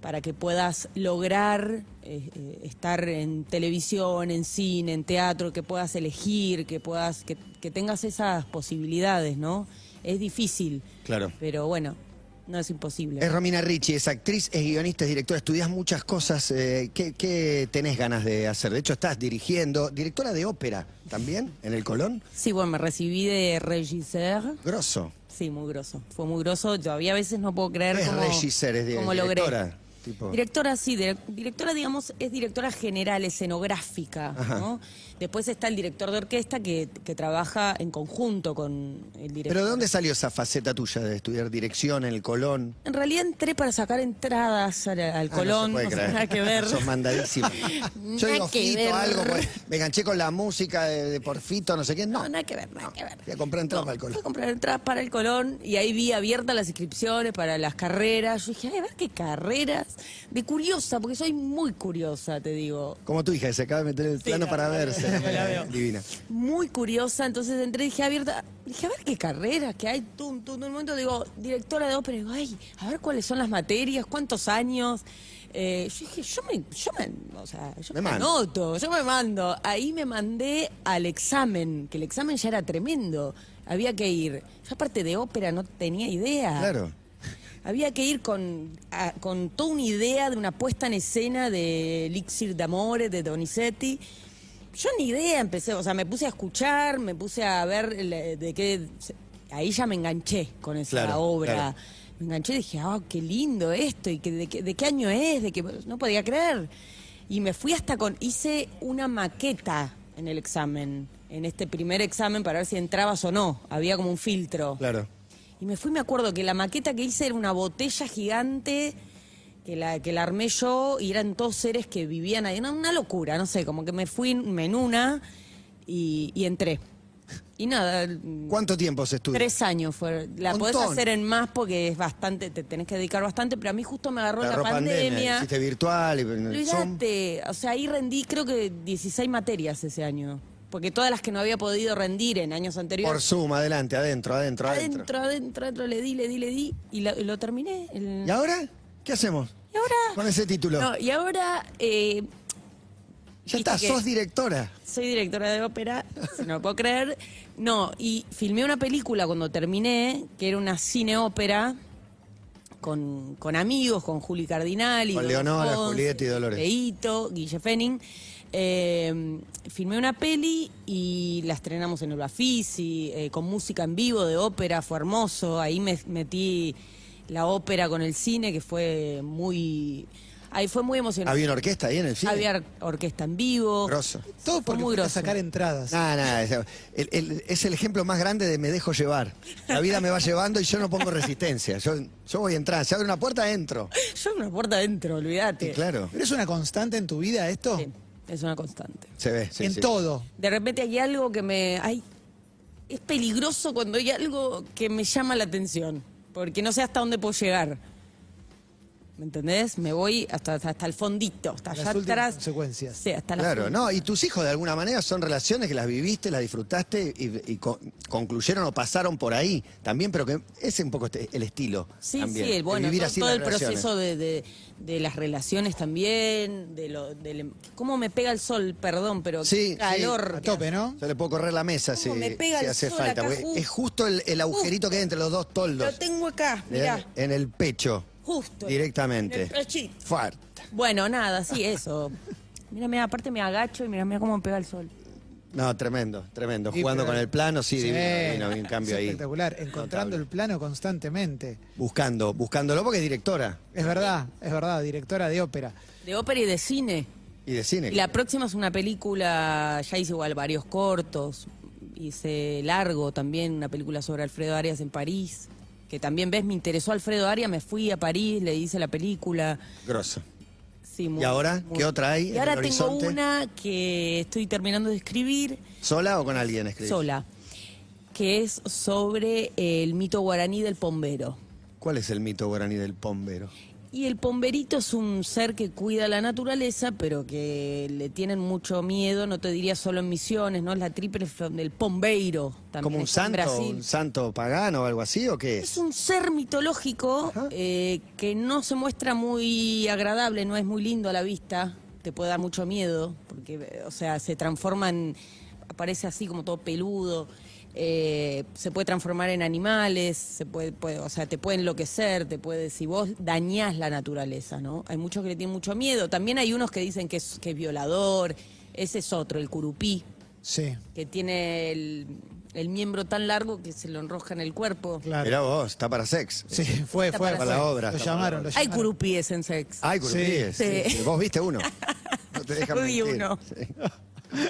[SPEAKER 3] para que puedas lograr eh, eh, estar en televisión, en cine, en teatro, que puedas elegir, que puedas que, que tengas esas posibilidades, ¿no? Es difícil,
[SPEAKER 1] Claro.
[SPEAKER 3] pero bueno, no es imposible.
[SPEAKER 1] Es Romina Ricci, es actriz, es guionista, es directora, estudias muchas cosas. eh, ¿qué, qué tenés ganas de hacer? De hecho, estás dirigiendo, directora de ópera también, en el Colón.
[SPEAKER 3] Sí, bueno, me recibí de regisseur.
[SPEAKER 1] Grosso.
[SPEAKER 3] Sí, muy grosso. Fue muy grosso. Todavía a veces no puedo creer
[SPEAKER 1] Es
[SPEAKER 3] cómo,
[SPEAKER 1] regisseur, es di-
[SPEAKER 3] cómo logré.
[SPEAKER 1] directora, tipo.
[SPEAKER 3] Directora, sí. direc- directora, digamos, es directora general, escenográfica.
[SPEAKER 1] Ajá.
[SPEAKER 3] ¿no? Después está el director de orquesta que, que trabaja en conjunto con el director.
[SPEAKER 1] ¿Pero de dónde salió esa faceta tuya de estudiar dirección en el Colón?
[SPEAKER 3] En realidad entré para sacar entradas al, al
[SPEAKER 1] Ah,
[SPEAKER 3] Colón.
[SPEAKER 1] no se puede
[SPEAKER 3] o sea,
[SPEAKER 1] creer.
[SPEAKER 3] nada que ver.
[SPEAKER 1] Sos mandadísima. Yo
[SPEAKER 3] Nada
[SPEAKER 1] digo
[SPEAKER 3] que
[SPEAKER 1] Fito,
[SPEAKER 3] ver.
[SPEAKER 1] algo, pues, me enganché con la música de, de Porfito, no sé qué. No,
[SPEAKER 3] No, nada que ver, nada que ver.
[SPEAKER 1] Voy a comprar entradas para el
[SPEAKER 3] Fui a
[SPEAKER 1] Colón.
[SPEAKER 3] comprar entradas para el Colón y ahí vi abiertas las inscripciones para las carreras. Yo dije, ay, a ver qué carreras. De curiosa, porque soy muy curiosa, te digo.
[SPEAKER 1] Como tu hija, que se acaba de meter el plano
[SPEAKER 3] la-
[SPEAKER 1] para
[SPEAKER 3] la-
[SPEAKER 1] verse. eh,
[SPEAKER 3] la- la veo.
[SPEAKER 1] Divina.
[SPEAKER 3] Muy curiosa, entonces entré y dije, abierta. Dije, a ver qué carreras que hay. Tum, tum, en un momento digo, directora de ópera, digo, ay, a ver cuáles son las materias, cuántos años. Eh, yo dije, yo me, yo me, o sea, yo
[SPEAKER 1] Me
[SPEAKER 3] me,
[SPEAKER 1] mando.
[SPEAKER 3] anoto, yo me mando. Ahí me mandé al examen, que el examen ya era tremendo. Había que ir. Yo aparte de ópera no tenía idea.
[SPEAKER 1] Claro.
[SPEAKER 3] Había que ir con, a- con toda una idea de una puesta en escena de Elixir d'Amore, de Donizetti. Yo ni idea empecé, o sea, me puse a escuchar, me puse a ver el- eh, de qué... se- Ahí ya me enganché con esa
[SPEAKER 1] Claro,
[SPEAKER 3] obra.
[SPEAKER 1] claro.
[SPEAKER 3] Me enganché y dije, ah, qué lindo esto, y que, de, qué, de qué año es, de que no podía creer. Y me fui hasta con, hice una maqueta en el examen, en este primer examen para ver si entrabas o no. Había como un filtro.
[SPEAKER 1] Claro.
[SPEAKER 3] Y me fui, me acuerdo que la maqueta que hice era una botella gigante que la, que la armé yo y eran todos seres que vivían ahí. Era una locura, no sé, como que me fui en- en una y, y entré. Y nada,
[SPEAKER 1] ¿Cuánto tiempo se estudia?
[SPEAKER 3] Tres años fue. La
[SPEAKER 1] Montón.
[SPEAKER 3] podés hacer en más porque es bastante, te tenés que dedicar bastante, pero a mí justo me agarró
[SPEAKER 1] Te
[SPEAKER 3] la,
[SPEAKER 1] agarró
[SPEAKER 3] pandemia.
[SPEAKER 1] Hiciste virtual. y- Zoom.
[SPEAKER 3] Olvídate, o sea, ahí rendí creo que 16 materias ese año, porque todas las que no había podido rendir en años
[SPEAKER 1] Por
[SPEAKER 3] anteriores.
[SPEAKER 1] Zoom, adelante, adentro, adentro, adentro.
[SPEAKER 3] adentro, adentro, adentro, le di, le di, le di y la- lo terminé. el-
[SPEAKER 1] ¿Y ahora? ¿Qué hacemos?
[SPEAKER 3] Y ahora-
[SPEAKER 1] Con ese título.
[SPEAKER 3] No, y ahora eh,
[SPEAKER 1] ya está,
[SPEAKER 3] viste que-
[SPEAKER 1] sos directora.
[SPEAKER 3] soy directora de ópera, si no lo puedo creer. No, y filmé una película cuando terminé, que era una cineópera con, con amigos, con Juli Cardinal y
[SPEAKER 1] Con Leonora, Julieta y Dolores.
[SPEAKER 3] Leito, Guille Fenning. Eh, filmé una peli y la estrenamos en el Bafisi, eh, con música en vivo de ópera, fue hermoso. Ahí me metí la ópera con el cine, que fue muy... Ahí fue muy emocionante.
[SPEAKER 1] Había una orquesta ahí en el cine.
[SPEAKER 3] Había or- orquesta en vivo.
[SPEAKER 1] Grosso.
[SPEAKER 2] Todo
[SPEAKER 3] Fue
[SPEAKER 2] porque
[SPEAKER 3] muy
[SPEAKER 2] fuiste a
[SPEAKER 3] grosso.
[SPEAKER 2] sacar entradas.
[SPEAKER 1] Nada, nada. Es el, el- es el ejemplo más grande de me dejo llevar. La vida me va llevando y yo no pongo resistencia. Yo, yo voy a entrar. Se abre una puerta, entro.
[SPEAKER 3] Yo me la puerta adentro, olvídate.
[SPEAKER 1] Y claro,
[SPEAKER 2] ¿Pero es una constante en tu vida esto?
[SPEAKER 3] Sí, es una constante.
[SPEAKER 1] se ve. sí,
[SPEAKER 2] en
[SPEAKER 1] sí.
[SPEAKER 2] todo.
[SPEAKER 3] De repente hay algo que me. Ay, es peligroso cuando hay algo que me llama la atención. Porque no sé hasta dónde puedo llegar. ¿Me entendés? Me voy hasta, hasta, hasta el fondito, hasta
[SPEAKER 2] Las
[SPEAKER 3] allá
[SPEAKER 2] últimas
[SPEAKER 3] atrás.
[SPEAKER 2] consecuencias.
[SPEAKER 3] Sí, hasta la
[SPEAKER 1] Claro, no, y tus hijos de alguna manera son relaciones que las viviste, las disfrutaste y, y co- concluyeron o pasaron por ahí también, pero que ese es un poco este- el estilo.
[SPEAKER 3] Sí,
[SPEAKER 1] también,
[SPEAKER 3] sí, el, bueno,
[SPEAKER 1] vivir
[SPEAKER 3] to-
[SPEAKER 1] así
[SPEAKER 3] todo
[SPEAKER 1] las
[SPEAKER 3] el
[SPEAKER 1] relaciones.
[SPEAKER 3] proceso de, de- de las relaciones también, de lo, del- cómo me pega el sol, perdón, pero
[SPEAKER 1] Sí, sí,
[SPEAKER 3] qué calor.
[SPEAKER 2] A
[SPEAKER 3] que
[SPEAKER 2] tope, ¿no?
[SPEAKER 1] Yo le puedo correr la mesa si,
[SPEAKER 3] ¿Cómo me pega
[SPEAKER 1] si
[SPEAKER 3] el
[SPEAKER 1] hace
[SPEAKER 3] sol
[SPEAKER 1] falta.
[SPEAKER 3] acá,
[SPEAKER 1] porque
[SPEAKER 3] justo?
[SPEAKER 1] es justo el, el agujerito que hay entre los dos
[SPEAKER 3] Lo
[SPEAKER 1] toldos.
[SPEAKER 3] tengo acá,
[SPEAKER 1] Le
[SPEAKER 3] mirá.
[SPEAKER 1] dan En el pecho.
[SPEAKER 3] Justo.
[SPEAKER 1] Directamente.
[SPEAKER 3] En el pechito.
[SPEAKER 1] Fuerte.
[SPEAKER 3] Bueno, nada, sí, eso. Mira, mira, aparte me agacho y mira, mira cómo me pega el sol.
[SPEAKER 1] No, tremendo, tremendo.
[SPEAKER 2] Sí,
[SPEAKER 1] Jugando
[SPEAKER 2] pero-
[SPEAKER 1] con el plano, sí, divino, divino, bien
[SPEAKER 2] es
[SPEAKER 1] cambio ahí.
[SPEAKER 2] Espectacular, encontrando el plano constantemente.
[SPEAKER 1] Buscando, buscándolo porque es directora
[SPEAKER 2] Es verdad, es verdad, directora de ópera.
[SPEAKER 3] De ópera y de cine.
[SPEAKER 1] y de cine.
[SPEAKER 3] Y la próxima es una película, ya hice igual varios cortos, hice largo también, una película sobre Alfredo Arias en París, que también ves, me interesó Alfredo Arias, me fui a París, le hice la película.
[SPEAKER 1] Grosso.
[SPEAKER 3] Sí, muy-
[SPEAKER 1] ¿Y ahora?
[SPEAKER 3] muy-
[SPEAKER 1] ¿Qué otra hay
[SPEAKER 3] Y
[SPEAKER 1] en
[SPEAKER 3] ahora
[SPEAKER 1] el
[SPEAKER 3] tengo
[SPEAKER 1] horizonte?
[SPEAKER 3] una que estoy terminando de escribir,
[SPEAKER 1] ¿Sola o con alguien escribís?
[SPEAKER 3] sola, que es sobre el mito guaraní del pombero.
[SPEAKER 1] ¿Cuál es el mito guaraní del pombero?
[SPEAKER 3] Y el pomberito es un ser que cuida la naturaleza, pero que le tienen mucho miedo, no te diría solo en misiones, ¿no? Es la triple fron- del pombeiro. También
[SPEAKER 1] ¿Como un
[SPEAKER 3] está en
[SPEAKER 1] santo,
[SPEAKER 3] Brasil.
[SPEAKER 1] un santo pagano o algo así o qué es?
[SPEAKER 3] Es un ser mitológico
[SPEAKER 1] Ajá.
[SPEAKER 3] eh, que no se muestra muy agradable, no es muy lindo a la vista, te puede dar mucho miedo, porque, eh, o sea, se transforma en, aparece así como todo peludo, eh, se puede transformar en animales, se puede, puede- o sea, te puede enloquecer, te puede, si vos dañás la naturaleza, ¿no? Hay muchos que le tienen mucho miedo, también hay unos que dicen que es, que es violador, ese es otro, el curupí,
[SPEAKER 2] Sí,
[SPEAKER 3] que tiene el, el miembro tan largo que se lo enrosca en el cuerpo.
[SPEAKER 2] claro.
[SPEAKER 1] Mirá vos, está para sex.
[SPEAKER 2] Sí, fue,
[SPEAKER 3] Está
[SPEAKER 2] fue.
[SPEAKER 3] para
[SPEAKER 2] fue.
[SPEAKER 1] la obra,
[SPEAKER 2] Lo
[SPEAKER 1] está para
[SPEAKER 2] llamaron,
[SPEAKER 1] la
[SPEAKER 2] lo
[SPEAKER 3] Hay
[SPEAKER 2] llamaron.
[SPEAKER 3] curupíes en sex.
[SPEAKER 1] Ay, curupíes.
[SPEAKER 3] Sí.
[SPEAKER 1] Sí,
[SPEAKER 3] Sí.
[SPEAKER 1] sí. Vos viste uno. No te dejan
[SPEAKER 3] Yo vi
[SPEAKER 1] mentir.
[SPEAKER 3] uno. Eh,
[SPEAKER 1] Sí.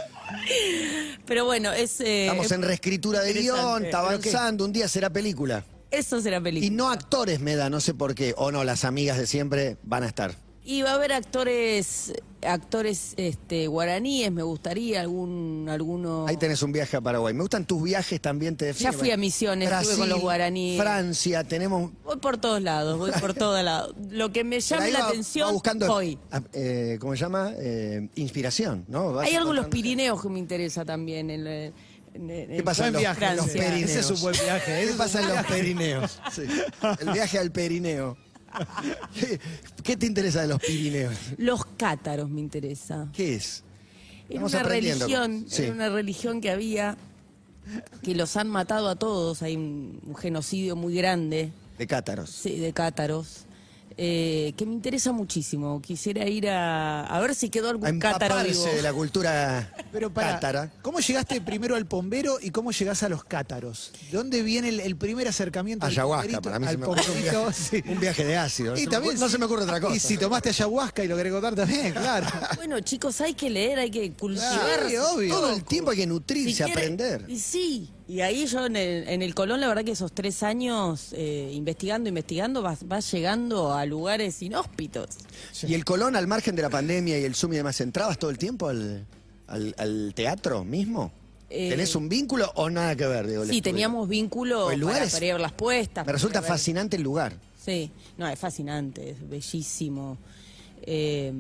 [SPEAKER 3] Pero bueno, es, eh,
[SPEAKER 1] Estamos en reescritura de
[SPEAKER 3] interesante.
[SPEAKER 1] guión, está
[SPEAKER 3] ¿Pero qué?
[SPEAKER 1] avanzando, un día será película.
[SPEAKER 3] eso será
[SPEAKER 1] Y
[SPEAKER 3] película.
[SPEAKER 1] no actores me da, no sé por qué. O no, las amigas de siempre van a estar.
[SPEAKER 3] Y va a haber actores actores este guaraníes, me gustaría algún alguno
[SPEAKER 1] Ahí tenés un viaje a Paraguay. Me gustan tus viajes también, te definen.
[SPEAKER 3] fui a Misiones, estuve con los guaraníes.
[SPEAKER 1] Francia, tenemos...
[SPEAKER 3] Voy por todos lados, voy por todos lados. Lo que me
[SPEAKER 1] Por
[SPEAKER 3] llame
[SPEAKER 1] ahí
[SPEAKER 3] la
[SPEAKER 1] va- va
[SPEAKER 3] atención,
[SPEAKER 1] buscando,
[SPEAKER 3] voy.
[SPEAKER 1] a- eh, ¿Cómo se llama? Eh, inspiración, ¿no? Vas
[SPEAKER 3] Hay algo en los
[SPEAKER 1] encontrando-
[SPEAKER 3] Pirineos que me interesa también. En, en- en-
[SPEAKER 1] ¿Qué pasa en los,
[SPEAKER 2] Buen viaje,
[SPEAKER 1] en los
[SPEAKER 3] Francia.
[SPEAKER 1] Pirineos?
[SPEAKER 2] Ese es un buen viaje, ese
[SPEAKER 1] ¿Qué
[SPEAKER 2] es
[SPEAKER 1] pasa en los Pirineos? Sí. El viaje al Pirineo. ¿Qué, qué te interesa de los Pirineos?
[SPEAKER 3] Los cátaros me interesa.
[SPEAKER 1] ¿Qué es?
[SPEAKER 3] Era
[SPEAKER 1] Vamos
[SPEAKER 3] una
[SPEAKER 1] aprendiendo.
[SPEAKER 3] religión,
[SPEAKER 1] Sí.
[SPEAKER 3] era una religión que había, que los han matado a todos, hay un, un genocidio muy grande
[SPEAKER 1] De cátaros.
[SPEAKER 3] sí, de cátaros, eh, que me interesa muchísimo. Quisiera ir a, a ver si quedó
[SPEAKER 1] A
[SPEAKER 3] algún cátaro vivo.
[SPEAKER 1] empaparse de la cultura
[SPEAKER 2] Pero para,
[SPEAKER 1] cátara.
[SPEAKER 2] ¿cómo llegaste primero al pombero y cómo llegás a los cátaros? ¿De dónde viene el, el primer acercamiento del
[SPEAKER 1] Ayahuasca,
[SPEAKER 2] pomberito
[SPEAKER 1] para mí
[SPEAKER 2] al
[SPEAKER 1] se me ocurre un
[SPEAKER 2] pomberito?
[SPEAKER 1] viaje,
[SPEAKER 2] Sí.
[SPEAKER 1] un viaje de ácido. Se
[SPEAKER 2] Y
[SPEAKER 1] me
[SPEAKER 2] también,
[SPEAKER 1] ocurre- no se me ocurre otra cosa.
[SPEAKER 2] Y si tomaste ayahuasca y lo querés contar también, claro.
[SPEAKER 3] Bueno, chicos, hay que leer, hay que cultivar.
[SPEAKER 2] Claro, obvio.
[SPEAKER 1] Todo el tiempo hay que
[SPEAKER 3] Si
[SPEAKER 1] nutrirse,
[SPEAKER 3] quiere-
[SPEAKER 1] aprender.
[SPEAKER 3] Y sí, y ahí yo en el, en el Colón, la verdad que esos tres años eh, investigando, investigando, vas, vas llegando a lugares inhóspitos.
[SPEAKER 1] ¿Y el Colón, al margen de la pandemia y el Zoom y demás, entrabas todo el tiempo al, al- al teatro mismo?
[SPEAKER 3] eh,
[SPEAKER 1] ¿Tenés un vínculo o nada que ver? Digo, el
[SPEAKER 3] Sí,
[SPEAKER 1] estudio?
[SPEAKER 3] teníamos vínculo
[SPEAKER 1] O el lugar
[SPEAKER 3] para,
[SPEAKER 1] es-
[SPEAKER 3] para ir a las puestas.
[SPEAKER 1] Me resulta
[SPEAKER 3] para ver-
[SPEAKER 1] fascinante el lugar.
[SPEAKER 3] Sí, no, es fascinante, es bellísimo. Eh,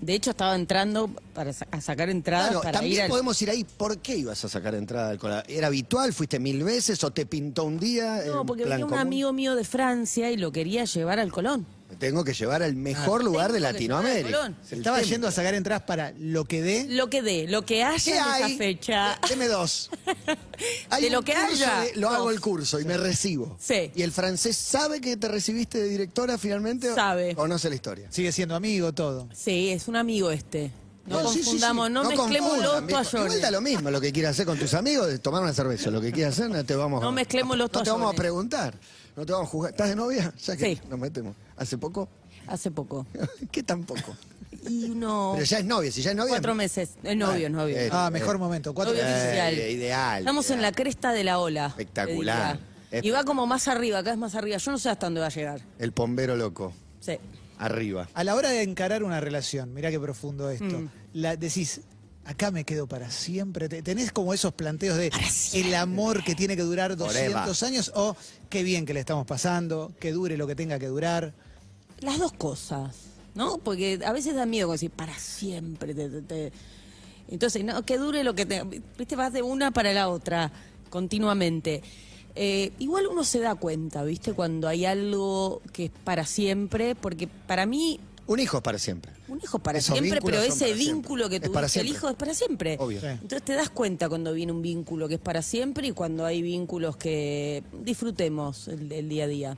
[SPEAKER 3] de hecho, estaba entrando para sa- a sacar entradas
[SPEAKER 1] Claro,
[SPEAKER 3] para ir
[SPEAKER 1] también
[SPEAKER 3] al-
[SPEAKER 1] podemos ir ahí. ¿Por qué ibas a sacar entrada al cola? ¿Era habitual? ¿Fuiste mil veces o te pintó un día?
[SPEAKER 3] No,
[SPEAKER 1] en
[SPEAKER 3] porque
[SPEAKER 1] plan
[SPEAKER 3] venía un
[SPEAKER 1] común?
[SPEAKER 3] amigo mío de Francia y lo quería llevar al Colón.
[SPEAKER 1] Me Tengo que llevar al mejor
[SPEAKER 3] Ah.
[SPEAKER 1] lugar de
[SPEAKER 3] Tengo que llevar al
[SPEAKER 1] Latinoamérica.
[SPEAKER 3] Colón.
[SPEAKER 2] Se estaba yendo a sacar entradas para lo que dé.
[SPEAKER 3] Lo que dé, lo que
[SPEAKER 1] ¿Qué
[SPEAKER 3] haya en
[SPEAKER 1] hay?
[SPEAKER 3] esa fecha.
[SPEAKER 1] De- Deme dos.
[SPEAKER 3] De
[SPEAKER 1] un
[SPEAKER 3] lo que
[SPEAKER 1] curso
[SPEAKER 3] haya,
[SPEAKER 1] de- lo
[SPEAKER 3] dos.
[SPEAKER 1] hago el curso y me recibo.
[SPEAKER 3] Sí.
[SPEAKER 1] ¿Y el francés sabe que te recibiste de directora finalmente? o-
[SPEAKER 3] Sabe.
[SPEAKER 1] Conoce la historia.
[SPEAKER 2] Sigue siendo amigo, todo.
[SPEAKER 3] Sí, es un amigo este. No,
[SPEAKER 1] sí, sí, sí.
[SPEAKER 3] confundamos, no, mezclemos
[SPEAKER 1] confundan,
[SPEAKER 3] los
[SPEAKER 1] viejo. Igual da
[SPEAKER 3] toallones.
[SPEAKER 1] lo mismo lo que quieras hacer con tus amigos, de tomar una cerveza. Lo que quieras hacer, no te vamos a.
[SPEAKER 3] No mezclemos los
[SPEAKER 1] No te vamos a
[SPEAKER 3] toallones.
[SPEAKER 1] preguntar. No te vamos a juzgar. ¿Estás de novia? Ya que
[SPEAKER 3] Sí.
[SPEAKER 1] nos metemos. ¿Hace poco?
[SPEAKER 3] Hace poco.
[SPEAKER 1] ¿Qué tampoco?
[SPEAKER 3] Y uno.
[SPEAKER 1] Pero ya es novia. Si ya es novia.
[SPEAKER 3] Oh. Cuatro meses. Es novio,
[SPEAKER 1] Ah,
[SPEAKER 3] es novio.
[SPEAKER 1] eh,
[SPEAKER 3] novio.
[SPEAKER 2] Ah, mejor momento. Cuatro
[SPEAKER 3] Novio
[SPEAKER 1] Eh,
[SPEAKER 2] meses.
[SPEAKER 3] oficial.
[SPEAKER 1] ideal,
[SPEAKER 3] Estamos en
[SPEAKER 1] ideal.
[SPEAKER 3] la cresta de la ola.
[SPEAKER 1] Espectacular.
[SPEAKER 3] te diría. Y va como más arriba, acá es más arriba. Yo no sé hasta dónde va a llegar.
[SPEAKER 1] El pombero loco.
[SPEAKER 3] Sí.
[SPEAKER 1] Arriba.
[SPEAKER 2] A la hora de encarar una relación, mirá qué profundo esto, la, decís, acá me quedo para siempre. Te- Tenés como esos planteos de el amor que tiene que durar
[SPEAKER 1] Forever.
[SPEAKER 2] 200 años o qué bien que le estamos pasando, que dure lo que tenga que durar.
[SPEAKER 3] Las dos cosas, ¿no? Porque a veces da miedo como decir, para siempre. te- te- te". Entonces, no, que dure lo que te. Viste, vas de una para la otra continuamente. Eh, igual uno se da cuenta, ¿viste? Cuando hay algo que es para siempre, porque para mí
[SPEAKER 1] Un hijo es para siempre.
[SPEAKER 3] Un hijo para
[SPEAKER 1] Esos
[SPEAKER 3] siempre,
[SPEAKER 1] vínculos
[SPEAKER 3] pero
[SPEAKER 1] son
[SPEAKER 3] ese
[SPEAKER 1] para siempre.
[SPEAKER 3] vínculo que
[SPEAKER 1] Es para
[SPEAKER 3] tuviste el
[SPEAKER 1] siempre.
[SPEAKER 3] hijo es para siempre.
[SPEAKER 1] Obvio. Sí.
[SPEAKER 3] Entonces te das cuenta cuando viene un vínculo que es para siempre y cuando hay vínculos que disfrutemos el, el día a día.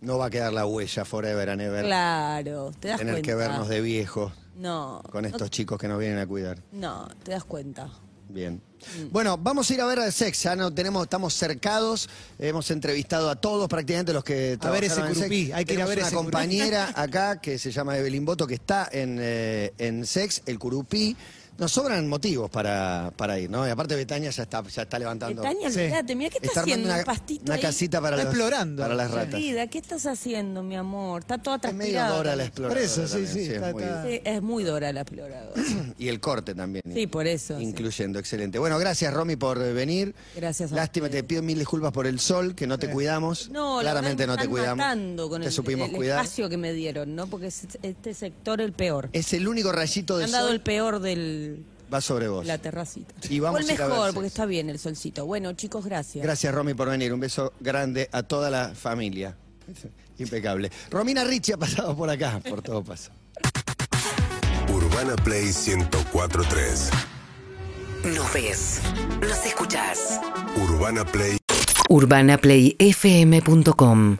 [SPEAKER 1] No va a quedar la huella forever and ever.
[SPEAKER 3] Claro, te das
[SPEAKER 1] Tener
[SPEAKER 3] cuenta.
[SPEAKER 1] que vernos de viejos
[SPEAKER 3] No.
[SPEAKER 1] con
[SPEAKER 3] no-
[SPEAKER 1] estos chicos que nos vienen a cuidar.
[SPEAKER 3] No, te das cuenta.
[SPEAKER 1] Bien.
[SPEAKER 2] Mm.
[SPEAKER 1] Bueno, vamos a ir a ver a Sex. Ya no tenemos, estamos cercados. Hemos entrevistado a todos prácticamente los que
[SPEAKER 2] A ver ese
[SPEAKER 1] trabajaron en Sex.
[SPEAKER 2] grupí, hay que ir a
[SPEAKER 1] Tenemos
[SPEAKER 2] ver
[SPEAKER 1] una
[SPEAKER 2] ese grupí.
[SPEAKER 1] compañera acá que se llama Evelyn Boto que está en, eh, en Sex, el Curupí. Nos sobran motivos para, para ir, ¿no? Y aparte Betania ya está, ya está levantando.
[SPEAKER 3] Betania,
[SPEAKER 2] Sí.
[SPEAKER 3] Eh, olvídate, mira, ¿qué
[SPEAKER 1] Está
[SPEAKER 3] estás
[SPEAKER 1] armando
[SPEAKER 3] haciendo?
[SPEAKER 1] una,
[SPEAKER 3] un pastito
[SPEAKER 1] una
[SPEAKER 3] ahí?
[SPEAKER 1] casita para,
[SPEAKER 2] Está
[SPEAKER 1] los-
[SPEAKER 2] explorando.
[SPEAKER 1] para las ratas.
[SPEAKER 3] Querida, ¿qué estás haciendo, mi amor? Está toda
[SPEAKER 1] Es medio Dora la
[SPEAKER 3] transpirada.
[SPEAKER 1] exploradora.
[SPEAKER 2] Por eso, sí,
[SPEAKER 1] también,
[SPEAKER 2] sí,
[SPEAKER 1] es
[SPEAKER 2] está-
[SPEAKER 1] muy-
[SPEAKER 2] está-
[SPEAKER 3] Sí, es muy Dora la exploradora.
[SPEAKER 1] Y el corte también.
[SPEAKER 3] Sí, por eso, sí.
[SPEAKER 1] Incluyendo, excelente. Bueno, gracias Romy por eh, venir.
[SPEAKER 3] Gracias a
[SPEAKER 1] Lástima, te
[SPEAKER 3] ustedes.
[SPEAKER 1] pido mil disculpas por el sol, que no te cuidamos.
[SPEAKER 3] No, la
[SPEAKER 1] claramente no
[SPEAKER 3] verdad me
[SPEAKER 1] te
[SPEAKER 3] están
[SPEAKER 1] cuidamos.
[SPEAKER 3] matando con
[SPEAKER 1] te
[SPEAKER 3] el,
[SPEAKER 1] supimos
[SPEAKER 3] el
[SPEAKER 1] cuidar.
[SPEAKER 3] espacio que me dieron, ¿no? Porque es este sector el peor.
[SPEAKER 1] Es el único rayito
[SPEAKER 3] Me
[SPEAKER 1] de
[SPEAKER 3] han dado
[SPEAKER 1] sol.
[SPEAKER 3] el peor de
[SPEAKER 1] Va sobre vos.
[SPEAKER 3] la terracita.
[SPEAKER 1] Y vamos
[SPEAKER 3] o el
[SPEAKER 1] a ir a
[SPEAKER 3] mejor,
[SPEAKER 1] verse.
[SPEAKER 3] porque está bien el solcito. Bueno, chicos, gracias.
[SPEAKER 1] Gracias Romy por venir. Un beso grande a toda la familia. Impecable. Romina Ricci ha pasado por acá, por todo paso.
[SPEAKER 4] Urbana Play 1043.
[SPEAKER 5] Nos ves, nos escuchás.
[SPEAKER 4] Urbana Play
[SPEAKER 5] UrbanaPlayFM.com